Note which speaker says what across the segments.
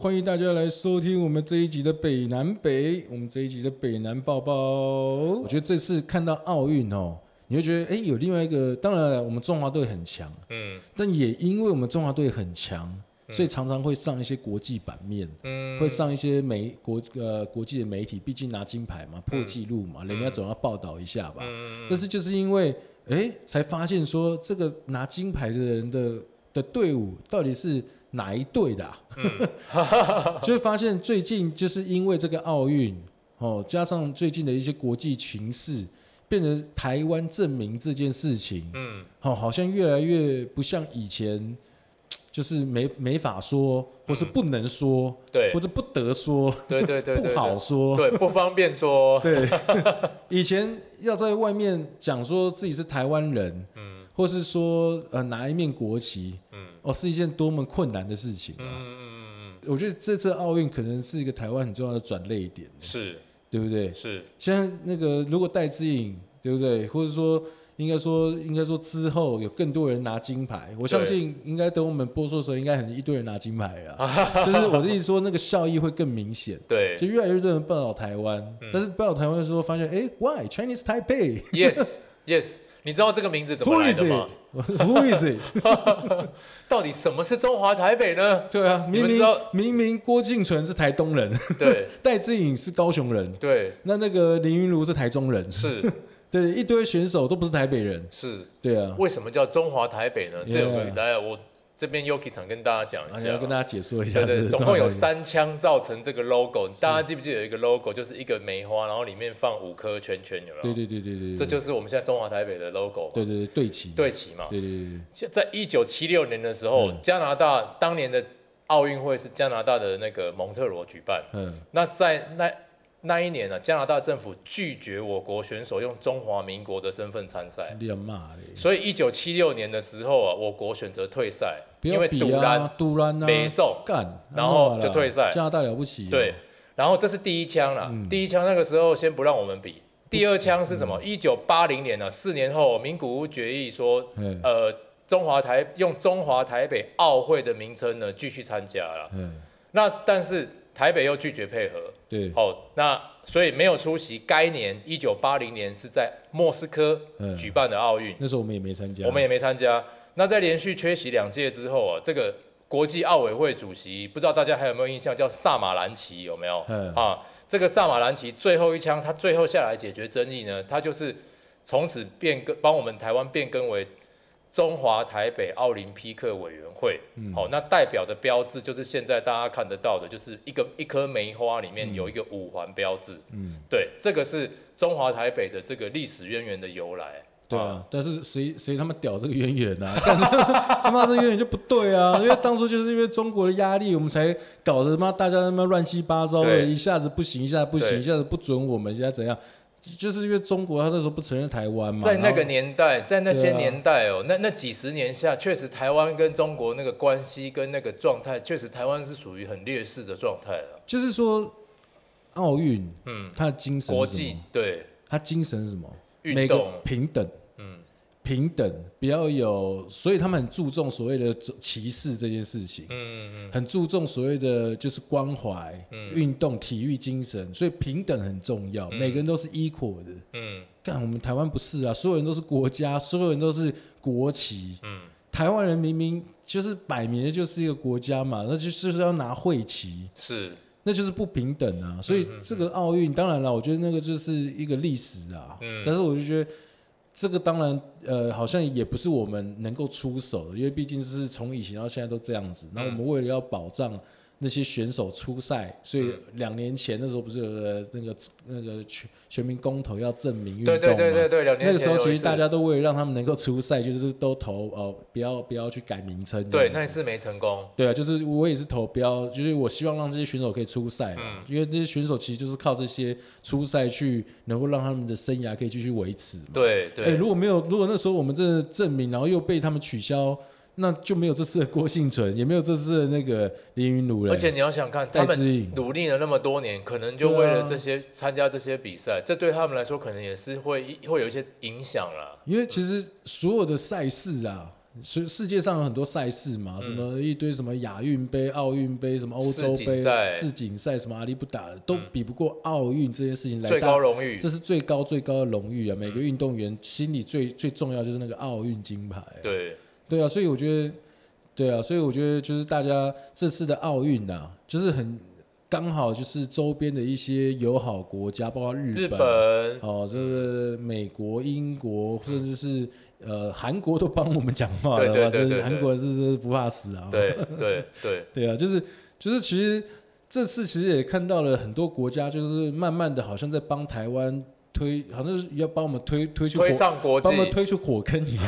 Speaker 1: 欢迎大家来收听我们这一集的北南北，我们这一集的北南抱抱。我觉得这次看到奥运哦，你会觉得哎，有另外一个，当然了我们中华队很强，
Speaker 2: 嗯
Speaker 1: 但也因为我们中华队很强，所以常常会上一些国际版面，
Speaker 2: 嗯，
Speaker 1: 会上一些媒国呃国际的媒体，毕竟拿金牌嘛，破纪录嘛，人家总要报道一下吧。
Speaker 2: 嗯，
Speaker 1: 但是就是因为哎，才发现说这个拿金牌的人的的队伍到底是哪一队的、啊，
Speaker 2: 嗯
Speaker 1: 就会发现最近就是因为这个奥运哦，加上最近的一些国际情势，变成台湾证明这件事情，
Speaker 2: 嗯
Speaker 1: 哦，好像越来越不像以前，就是没没法说，或是不能说，
Speaker 2: 嗯对
Speaker 1: 或者不得说，
Speaker 2: 对对对对，
Speaker 1: 不好说，
Speaker 2: 对，不方便说，
Speaker 1: 对， 以前要在外面讲说自己是台湾人，
Speaker 2: 嗯
Speaker 1: 或是说呃拿一面国旗，
Speaker 2: 嗯
Speaker 1: 哦，是一件多么困难的事情
Speaker 2: 嗯
Speaker 1: 啊！
Speaker 2: 嗯嗯，
Speaker 1: 我觉得这次奥运可能是一个台湾很重要的转捩点，
Speaker 2: 是
Speaker 1: 对不对？
Speaker 2: 嗯是，
Speaker 1: 现在那个如果戴资颖，对不对？或者说。应该说，应该说之后有更多人拿金牌，我相信应该等我们播出的时候，应该很一堆人拿金牌 了啊。就是我的意思说，那个效益会更明显。
Speaker 2: 对
Speaker 1: 就越来越多人报道台湾，
Speaker 2: 嗯
Speaker 1: 但是报道台湾的时候发现，哎、w h y Chinese Taipei？
Speaker 2: ，yes yes，你知道这个名字怎么
Speaker 1: Who
Speaker 2: 来
Speaker 1: is
Speaker 2: 的吗？
Speaker 1: it？Who is it？
Speaker 2: 到底什么是中华台 北呢？
Speaker 1: 对啊，
Speaker 2: 你
Speaker 1: 明
Speaker 2: 们知
Speaker 1: 明
Speaker 2: 道
Speaker 1: 明明郭敬淳是台东人，
Speaker 2: 对
Speaker 1: 戴志颖是高雄人，
Speaker 2: 对，
Speaker 1: 那那个林云如是台中人，
Speaker 2: 是
Speaker 1: 对，一堆选手都不是台北人，
Speaker 2: 是，
Speaker 1: 对啊。
Speaker 2: 为什么叫中华台北呢？这有个
Speaker 1: Yeah
Speaker 2: 来，我这边 Yuki 想跟大家讲
Speaker 1: 啊，
Speaker 2: 一
Speaker 1: 你
Speaker 2: 下
Speaker 1: 要跟大。家解说一下
Speaker 2: 对
Speaker 1: 是不是，
Speaker 2: 对，
Speaker 1: 这
Speaker 2: 总共有三枪造成这个 logo，大家记不记得有一个 logo，就是一个梅花，然后里面放五颗圈圈，有没有？
Speaker 1: 对对对对对，
Speaker 2: 这就是我们现在中华台北的 logo 嘛
Speaker 1: 对对对对齐，
Speaker 2: 对齐嘛。
Speaker 1: 对对对对
Speaker 2: 现在一九七六年的时候，
Speaker 1: 嗯
Speaker 2: 加拿大当年的奥运会是加拿大的那个蒙特罗举办。
Speaker 1: 嗯，
Speaker 2: 那在那那一年呢、啊加拿大政府拒绝我国选手用中华民国的身份参赛，
Speaker 1: 你要骂嘞，
Speaker 2: 所以一九七六年的时候啊，我国选择退赛，
Speaker 1: 不
Speaker 2: 因
Speaker 1: 要
Speaker 2: 为
Speaker 1: 比
Speaker 2: 堵
Speaker 1: 啊
Speaker 2: 拦，
Speaker 1: 杜兰啊，
Speaker 2: 没送。
Speaker 1: 干，
Speaker 2: 然后
Speaker 1: 啊
Speaker 2: 就退赛
Speaker 1: 加拿大了不起，
Speaker 2: 对，，然后这是第一枪啦，
Speaker 1: 嗯
Speaker 2: 第一枪那个时候先不让我们比。第二枪是什么？一九八零年呢、啊，四年后名古屋决议说
Speaker 1: 嗯
Speaker 2: 呃，中华台用中华台北奥会的名称呢继续参加了。
Speaker 1: 嗯，
Speaker 2: 那但是台北又拒绝配合，
Speaker 1: 对，
Speaker 2: 哦，那所以没有出席。该年一九八零年是在莫斯科
Speaker 1: 嗯
Speaker 2: 举办的奥运，
Speaker 1: 那时候我们也没参加，
Speaker 2: 我们也没参加。那在连续缺席两届之后啊，这个国际奥委会主席不知道大家还有没有印象，叫萨马兰奇有没有？
Speaker 1: 嗯
Speaker 2: 啊，这个萨马兰奇最后一枪，他最后下来解决争议呢，他就是从此变更，帮我们台湾变更为中华台北奥林匹克委员会。好、
Speaker 1: 嗯
Speaker 2: 那代表的标志就是现在大家看得到的，就是一个一颗梅花里面有一个五环标志。
Speaker 1: 嗯，
Speaker 2: 对，这个是中华台北的这个历史渊源的由来。
Speaker 1: 对啊，但是谁谁他妈屌这个渊源啊？ 干他妈这渊源就不对啊！因为当初就是因为中国的压力，我们才搞得他妈大家他妈乱七八糟的，
Speaker 2: 对
Speaker 1: 一下子不行，一下子不行，
Speaker 2: 对
Speaker 1: 一下子不准我们，一下子怎样？就就是因为中国他那时候不承认台湾嘛，
Speaker 2: 啊在那个
Speaker 1: 然后
Speaker 2: 年代，在那些
Speaker 1: 对啊
Speaker 2: 年代哦，那那几十年下，确实台湾跟中国那个关系跟那个状态，确实台湾是属于很劣势的状态了。
Speaker 1: 就是说奥运
Speaker 2: 嗯，
Speaker 1: 它的精神
Speaker 2: 国
Speaker 1: 是什
Speaker 2: 际
Speaker 1: 么，
Speaker 2: 对
Speaker 1: 它精神是什么？每
Speaker 2: 运
Speaker 1: 个
Speaker 2: 动，
Speaker 1: 平等。
Speaker 2: 嗯
Speaker 1: 平等，不要有，所以他们很注重所谓的歧视这件事情。
Speaker 2: 嗯嗯
Speaker 1: 很注重所谓的就是关怀、
Speaker 2: 嗯
Speaker 1: 运动、体育精神，所以平等很重要，每个人都是 equal 的。
Speaker 2: 嗯
Speaker 1: 但我们台湾不是啊，所有人都是国家，所有人都是国旗。
Speaker 2: 嗯，
Speaker 1: 台湾人明明就是摆明的就是一个国家嘛，那就就是要拿会旗，
Speaker 2: 是
Speaker 1: 那就是不平等啊。所以
Speaker 2: 嗯
Speaker 1: 这个奥运，当然了，我觉得那个就是一个历史啊。
Speaker 2: 嗯
Speaker 1: 但是我就觉得。这个当然，呃，好像也不是我们能够出手的，因为毕竟是从以前到现在都这样子。那我们为了要保障那些选手出赛，所
Speaker 2: 嗯
Speaker 1: 以两年前那时候不是有个那个那个全全民公投要证明运动
Speaker 2: 对
Speaker 1: 嘛？
Speaker 2: 对对对对，两
Speaker 1: 那
Speaker 2: 年
Speaker 1: 个时
Speaker 2: 前
Speaker 1: 候
Speaker 2: 有
Speaker 1: 其
Speaker 2: 一
Speaker 1: 实大
Speaker 2: 次，
Speaker 1: 家都为了让他们能够出赛，就是都投哦、呃不要不要去改名称。
Speaker 2: 对那一次没成功，
Speaker 1: 对啊，就是我也是投标，就是我希望让这些选手可以出赛
Speaker 2: 嗯
Speaker 1: 嘛，因为这些选手其实就是靠这些出赛去能够让他们的生涯可以继续维持嘛。
Speaker 2: 对
Speaker 1: 哎
Speaker 2: 对
Speaker 1: 如果没有，如果那时候我们真的证明，然后又被他们取消，那就没有这次的郭幸存，也没有这次的那个林云儒了。
Speaker 2: 而且你要想看，他
Speaker 1: 戴
Speaker 2: 们
Speaker 1: 资颖，
Speaker 2: 努力了那么多年，可能就
Speaker 1: 对啊
Speaker 2: 为了这些参加这些比赛，这对他们来说可能也是会会有一些影响啦。
Speaker 1: 因为其实所有的赛事啊，所以世界上有很多赛事嘛，
Speaker 2: 嗯
Speaker 1: 什么一堆什么亚运杯、奥运杯，什么欧洲
Speaker 2: 世锦
Speaker 1: 杯
Speaker 2: 赛、嗯
Speaker 1: 世锦赛，什么阿里不打的，都比不过奥运这些事情来
Speaker 2: 最
Speaker 1: 大
Speaker 2: 高荣誉，
Speaker 1: 这是最高最高的荣誉啊！
Speaker 2: 嗯
Speaker 1: 每个运动员心里最最重要就是那个奥运金牌、啊。
Speaker 2: 对，
Speaker 1: 对啊，所以我觉得，对啊，所以我觉得就是大家这次的奥运呐、啊，就是很刚好就是周边的一些友好国家，包括
Speaker 2: 日
Speaker 1: 日本，
Speaker 2: 本
Speaker 1: 哦，就是美国、英国，甚至是呃韩国都帮我们讲话了
Speaker 2: 对
Speaker 1: 嘛，
Speaker 2: 对对
Speaker 1: 就是
Speaker 2: 对
Speaker 1: 韩国人是是不怕死啊。
Speaker 2: 对对对，
Speaker 1: 对啊，就是就是其实这次其实也看到了很多国家，就是慢慢的好像在帮台湾推，好像是要帮我们推推 去火
Speaker 2: 推上国际
Speaker 1: 把他，们推出火坑一样，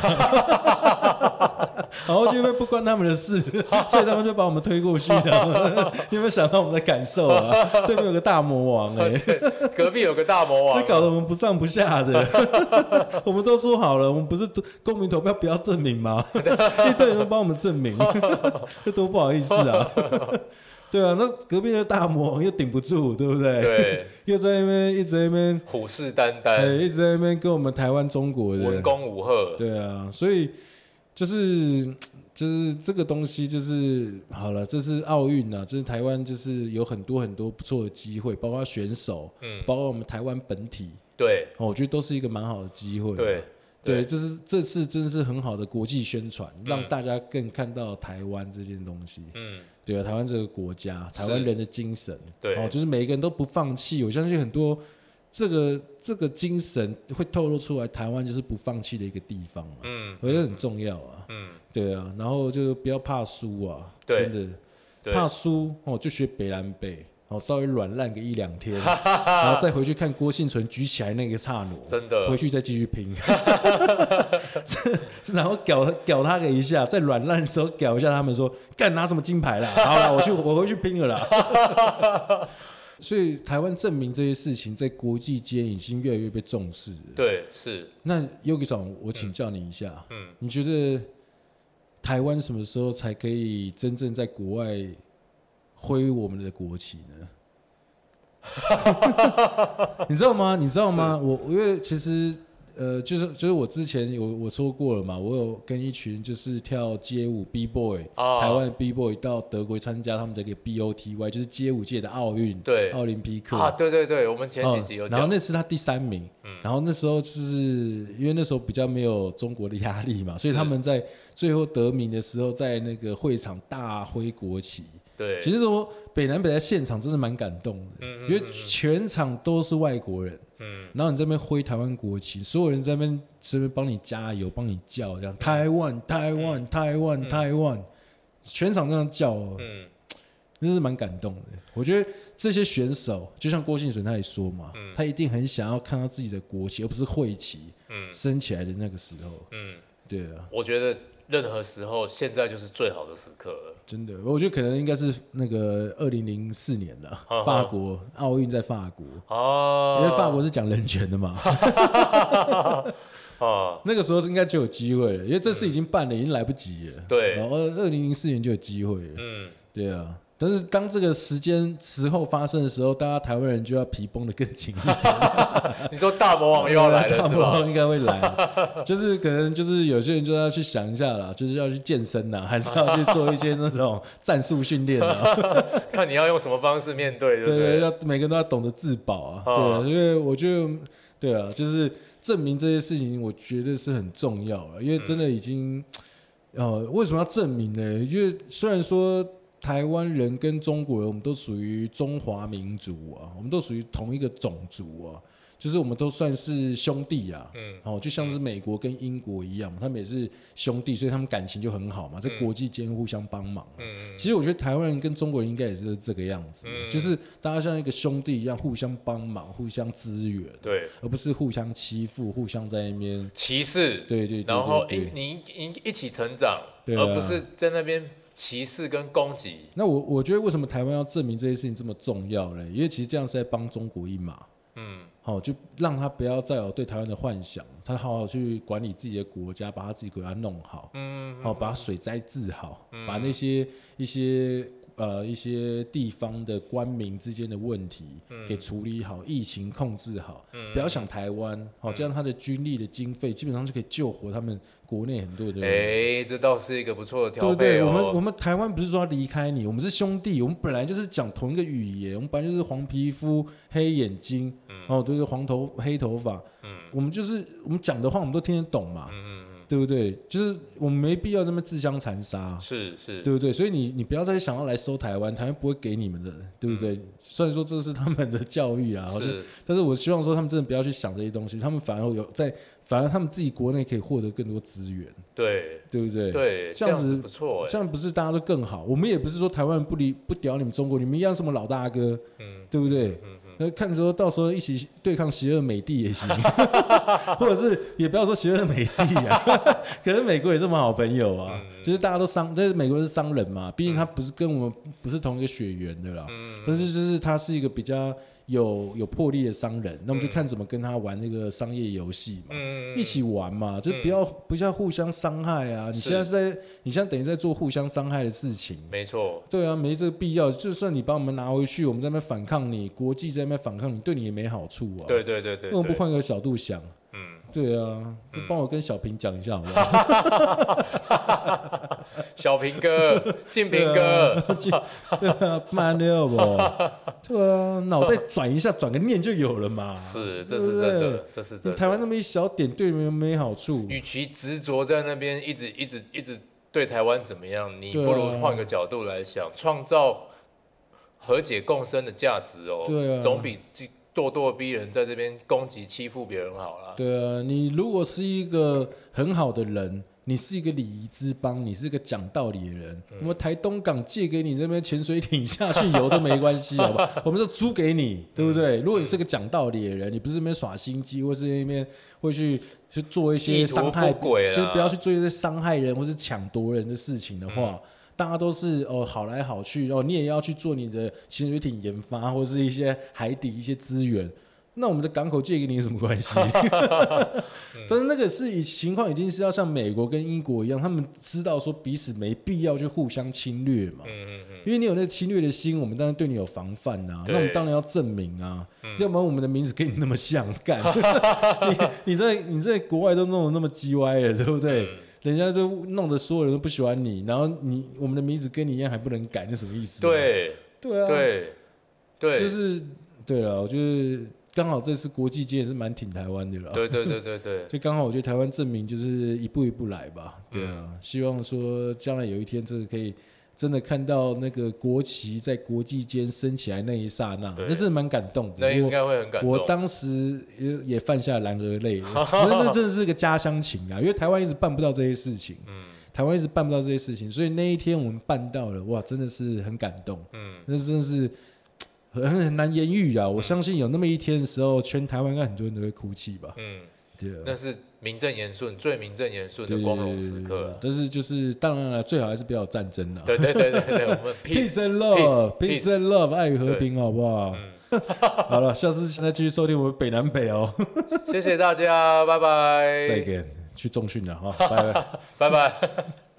Speaker 1: 然后就因为不关他们的事，所以他们就把我们推过去了。你有没有想到我们的感受啊？对面有个大魔王哎、
Speaker 2: 对，隔壁有个大魔
Speaker 1: 那
Speaker 2: 王，
Speaker 1: 搞得我们不上不下的。 我们都说好了，我们不是公民投票不要证明 吗？一堆人都帮我们证明，这多不好意思 啊！对啊，那隔壁的大魔王又顶不住，对不对？
Speaker 2: 对，
Speaker 1: 又在那边一直在那边，
Speaker 2: 虎视眈
Speaker 1: 哎、
Speaker 2: 眈，
Speaker 1: 一直在那边跟我们台湾中国的
Speaker 2: 文攻武吓，
Speaker 1: 对啊，所以就是就是这个东西就是好了，这是奥运啊，就是台湾就是有很多很多不错的机会，包括选手，
Speaker 2: 嗯，
Speaker 1: 包括我们台湾本体，
Speaker 2: 对
Speaker 1: 哦，我觉得都是一个蛮好的机会。啊
Speaker 2: 对
Speaker 1: 对，
Speaker 2: 对
Speaker 1: 这是这次真是很好的国际宣传，让
Speaker 2: 嗯
Speaker 1: 大家更看到台湾这件东西。
Speaker 2: 嗯，
Speaker 1: 对啊，台湾这个国家，
Speaker 2: 是
Speaker 1: 台湾人的精神，
Speaker 2: 对
Speaker 1: 哦，就是每一个人都不放弃。我相信很多这个这个精神会透露出来，台湾就是不放弃的一个地方嘛。
Speaker 2: 嗯
Speaker 1: 我觉得很重要啊，
Speaker 2: 嗯，
Speaker 1: 对啊，然后就不要怕输啊，
Speaker 2: 对
Speaker 1: 真的
Speaker 2: 对，
Speaker 1: 怕输哦，就学北兰北哦，稍微软烂个一两 天，然后再回去看郭幸存举起来那个刹那，
Speaker 2: 真的
Speaker 1: 回去再继续拼， 这然后屌屌他个一下，在软烂的时候屌一下他们说，干拿什么金牌啦？好啦， 我去我回去拼了啦。 所以台湾证明这些事情在国际间已经越来越被重视了。
Speaker 2: 对是，
Speaker 1: 那 Yogi 总，我请教你一下，
Speaker 2: 嗯，
Speaker 1: 你觉得台湾什么时候才可以真正在国外挥我们的国旗 呢？你知道吗？你知道吗？我我因为其实呃，就是就是我之前有我说过了嘛，我有跟一群就是跳街舞 B boy，、
Speaker 2: 哦
Speaker 1: 台湾的 B boy 到德国参加他们的一个 BOTY，就是街舞界的奥运
Speaker 2: 对
Speaker 1: 奥林匹克
Speaker 2: 啊，对对对，我们前几集有
Speaker 1: 嗯然后
Speaker 2: 讲，嗯
Speaker 1: 那次他第三名，然后那时候就是因为那时候比较没有中国的压力嘛，所以
Speaker 2: 是
Speaker 1: 他们在最后得名的时候，在那个会场大挥国旗。
Speaker 2: 对，
Speaker 1: 其实说北南北在现场真的蛮感动的，
Speaker 2: 嗯嗯
Speaker 1: 因为全场都是外国人，
Speaker 2: 嗯
Speaker 1: 然后你这边挥台湾国旗，所有人在那边这边帮你加油、帮你叫，
Speaker 2: 嗯
Speaker 1: 这样台湾、台湾、台湾、台湾，全场这样叫、哦，
Speaker 2: 嗯
Speaker 1: 真是蛮感动的。我觉得这些选手，就像郭幸存他也说嘛，他一定很想要看到自己的国旗，而不是会旗
Speaker 2: 嗯
Speaker 1: 升起来的那个时候。
Speaker 2: 嗯，
Speaker 1: 对啊，
Speaker 2: 我觉得任何时候现在就是最好的时刻了。
Speaker 1: 真的，我觉得可能应该是那个二零零四年的
Speaker 2: 好好
Speaker 1: 法国奥运在法国，
Speaker 2: 哦，
Speaker 1: 因为法国是讲人权的嘛，
Speaker 2: 啊，
Speaker 1: 那个时候应该就有机会了，因为这次已经办了，已经来不及了。
Speaker 2: 对
Speaker 1: 然后二零零四年就有机会了。
Speaker 2: 嗯，
Speaker 1: 对啊，但是当这个时间时候发生的时候，大家台湾人就要皮绷得更紧一点。
Speaker 2: 你说大魔王又要 来了是
Speaker 1: 大魔
Speaker 2: 吧？
Speaker 1: 王应该会来， 就是可能就是有些人就要去想一下啦，就是要去健身呐，还是要去做一些那种战术训练啊。
Speaker 2: 看你要用什么方式面对，对不
Speaker 1: 对对，
Speaker 2: 对？
Speaker 1: 要每个人都要懂得自保啊。
Speaker 2: 啊
Speaker 1: 对啊，因为我觉得，对啊，就是证明这些事情，我觉得是很重要啊了，因为真的已经，呃，为什么要证明呢？因为虽然说。台湾人跟中国人，我们都属于中华民族啊，我们都属于同一个种族啊，就是我们都算是兄弟啊。
Speaker 2: 嗯
Speaker 1: 哦，就像是美国跟英国一样，他们也是兄弟，所以他们感情就很好嘛，在国际间互相帮忙。
Speaker 2: 嗯
Speaker 1: 其实我觉得台湾人跟中国人应该也是这个样子，
Speaker 2: 嗯
Speaker 1: 就是大家像一个兄弟一样互相帮忙、互相支援，
Speaker 2: 对，
Speaker 1: 而不是互相欺负、互相在那边。
Speaker 2: 歧视，
Speaker 1: 对对对
Speaker 2: 然后
Speaker 1: 对
Speaker 2: 你
Speaker 1: 对
Speaker 2: 你你一起成长，
Speaker 1: 对啊
Speaker 2: 而不是在那边歧视跟攻击。
Speaker 1: 那我我觉得为什么台湾要证明这些事情这么重要呢？因为其实这样是在帮中国一马。
Speaker 2: 嗯，
Speaker 1: 好、就让他不要再有对台湾的幻想，他好好去管理自己的国家，
Speaker 2: 嗯
Speaker 1: 把他自己国家弄好，嗯，好、把水灾治好，把那些一些呃一些地方的官民之间的问题
Speaker 2: 嗯
Speaker 1: 给处理好，疫情控制好，
Speaker 2: 嗯
Speaker 1: 不要想台湾，好，这样他的军力的经费基本上就可以救活他们国内很多的人。
Speaker 2: 哎，这倒是一个不错的
Speaker 1: 啊对
Speaker 2: 调
Speaker 1: 不
Speaker 2: 配
Speaker 1: 对？
Speaker 2: 哦。
Speaker 1: 我们我们台湾不是说要离开你，我们是兄弟，我们本来就是讲同一个语言，我们本来就是黄皮肤、黑眼睛，哦，对对，黄头黑头发，
Speaker 2: 嗯
Speaker 1: 我们就是我们讲的话我们都听得懂嘛，
Speaker 2: 嗯嗯
Speaker 1: 对不对？就是我们没必要这么自相残杀
Speaker 2: 嗯，，是是，
Speaker 1: 对不对？所以你你不要再想要来收台湾，台湾不会给你们的，对不对？虽然说这是他们的教育啊，好像
Speaker 2: 嗯是
Speaker 1: 但是我希望说他们真的不要去想这些东西，他们反而有在，反而他们自己国内可以获得更多资源，
Speaker 2: 对
Speaker 1: 对不对？
Speaker 2: 对，
Speaker 1: 这
Speaker 2: 这
Speaker 1: 样
Speaker 2: 样子
Speaker 1: 子
Speaker 2: 不错
Speaker 1: 这
Speaker 2: 哎。
Speaker 1: 样不是大家都更好？我们也不是说台湾人不理不屌你们中国，你们一样是我们老大哥，
Speaker 2: 嗯
Speaker 1: 对不对？
Speaker 2: 嗯嗯，
Speaker 1: 那看说到时候一起对抗邪恶美帝也行， 或者是也不要说邪恶美帝啊， 可能美国也是我们好朋友啊，
Speaker 2: 嗯
Speaker 1: 就是大家都商，但是美国是商人嘛，毕竟他不是跟我们不是同一个血缘的啦，
Speaker 2: 嗯
Speaker 1: 但是就是他是一个比较有有魄力的商人，那我们就看怎么跟他玩那个商业游戏嘛。
Speaker 2: 嗯
Speaker 1: 一起玩嘛，就不要、不要互相伤害啊！你
Speaker 2: 是
Speaker 1: 现在是在，你现在等于在做互相伤害的事情。
Speaker 2: 嗯没错，
Speaker 1: 对啊，没这个必要。就算你把我们拿回去，我们在那边反抗你，国际在那边反抗你，对你也没好处啊。，
Speaker 2: 对对对对
Speaker 1: 为什么不
Speaker 2: 对，
Speaker 1: 换个角度想？
Speaker 2: 嗯，
Speaker 1: 对啊，就
Speaker 2: 嗯
Speaker 1: 帮我跟小平讲一下好不 好？
Speaker 2: 小 平哥、静平
Speaker 1: 对啊
Speaker 2: 哥，
Speaker 1: 对啊， 慢点好不好？对啊，脑袋转一下，转个念就有了嘛。
Speaker 2: 是，
Speaker 1: 对
Speaker 2: 这
Speaker 1: 不
Speaker 2: 是
Speaker 1: 对
Speaker 2: 真的，这是
Speaker 1: 你
Speaker 2: 真的。
Speaker 1: 台湾那么一小点，对你们没好处。
Speaker 2: 与其执着在那边一直一直一直对台湾怎么样，你
Speaker 1: 对啊
Speaker 2: 不如换个角度来想，创造和解共生的价值哦，
Speaker 1: 对啊
Speaker 2: 总比去咄咄逼人在这边攻击欺负别人好啦。
Speaker 1: 对啊，你如果是一个很好的人，你是一个礼仪之邦，你是一个讲道理的人，我们台东港借给你这边潜水艇下去游都没关系，好吧？我们就租给你，对不对？如果你是个讲道理的人，你不是那边耍心机，或是那边会去去做一些
Speaker 2: 意图
Speaker 1: 伤害，
Speaker 2: 不轨啦
Speaker 1: 就是不要去做一些伤害人或是抢夺人的事情的话。大家都是哦好来好去哦，你也要去做你的潜水艇研发或是一些海底一些资源，那我们的港口借给你有什么关系？
Speaker 2: 嗯
Speaker 1: 但是那个是以情况已经是要像美国跟英国一样，他们知道说彼此没必要去互相侵略嘛，
Speaker 2: 嗯嗯嗯，
Speaker 1: 因为你有那个侵略的心，我们当然对你有防范啊，
Speaker 2: 对嗯
Speaker 1: 那我们当然要证明啊，要不然我们的名字跟你那么像，干， 你你在你在国外都弄得那么叽歪了，对不
Speaker 2: 嗯
Speaker 1: 对？人家都弄得所有人都不喜欢你，然后你我们的名字跟你一样还不能改，那什么意思？
Speaker 2: 对
Speaker 1: 对啊，
Speaker 2: 对对
Speaker 1: 就是对啊了，我觉得刚好这次国际间也是蛮挺台湾的了。
Speaker 2: 对对对对对，
Speaker 1: 就刚好， 我觉得台湾证明就是一步一步来吧，对啊，
Speaker 2: 嗯
Speaker 1: 希望说将来有一天，这个可以真的看到那个国旗在国际间升起来那一刹那，
Speaker 2: 对
Speaker 1: 那是蛮感动的
Speaker 2: 那。应
Speaker 1: 我
Speaker 2: 该会很感
Speaker 1: 我
Speaker 2: 动。
Speaker 1: 当时也也犯下男儿泪， 那那真的是个家乡情啊，因为台湾一直办不到这些事情，
Speaker 2: 嗯
Speaker 1: 台湾一直办不到这些事情，所以那一天我们办到了，哇，真的是很感动。
Speaker 2: 嗯，
Speaker 1: 那真的是很很难言喻啊！我相信有那么一天的时候，全台湾应该很多人都会哭泣吧？
Speaker 2: 嗯，
Speaker 1: 对啊，
Speaker 2: 那是名正言顺、最名正言顺
Speaker 1: 对
Speaker 2: 的光荣时
Speaker 1: 对对
Speaker 2: 刻。啊
Speaker 1: 但是就是当然了，最好还是不要有战争了。
Speaker 2: 对对对对对， 我们
Speaker 1: Peace
Speaker 2: peace，
Speaker 1: and love, 啊
Speaker 2: peace,
Speaker 1: peace and love，爱与和平，好不好？
Speaker 2: 嗯，
Speaker 1: 好了，下次再继续收听我们北南北 哦，
Speaker 2: 谢谢大家，拜拜，
Speaker 1: 啊 再见，去重训了哈，拜拜。
Speaker 2: 拜拜。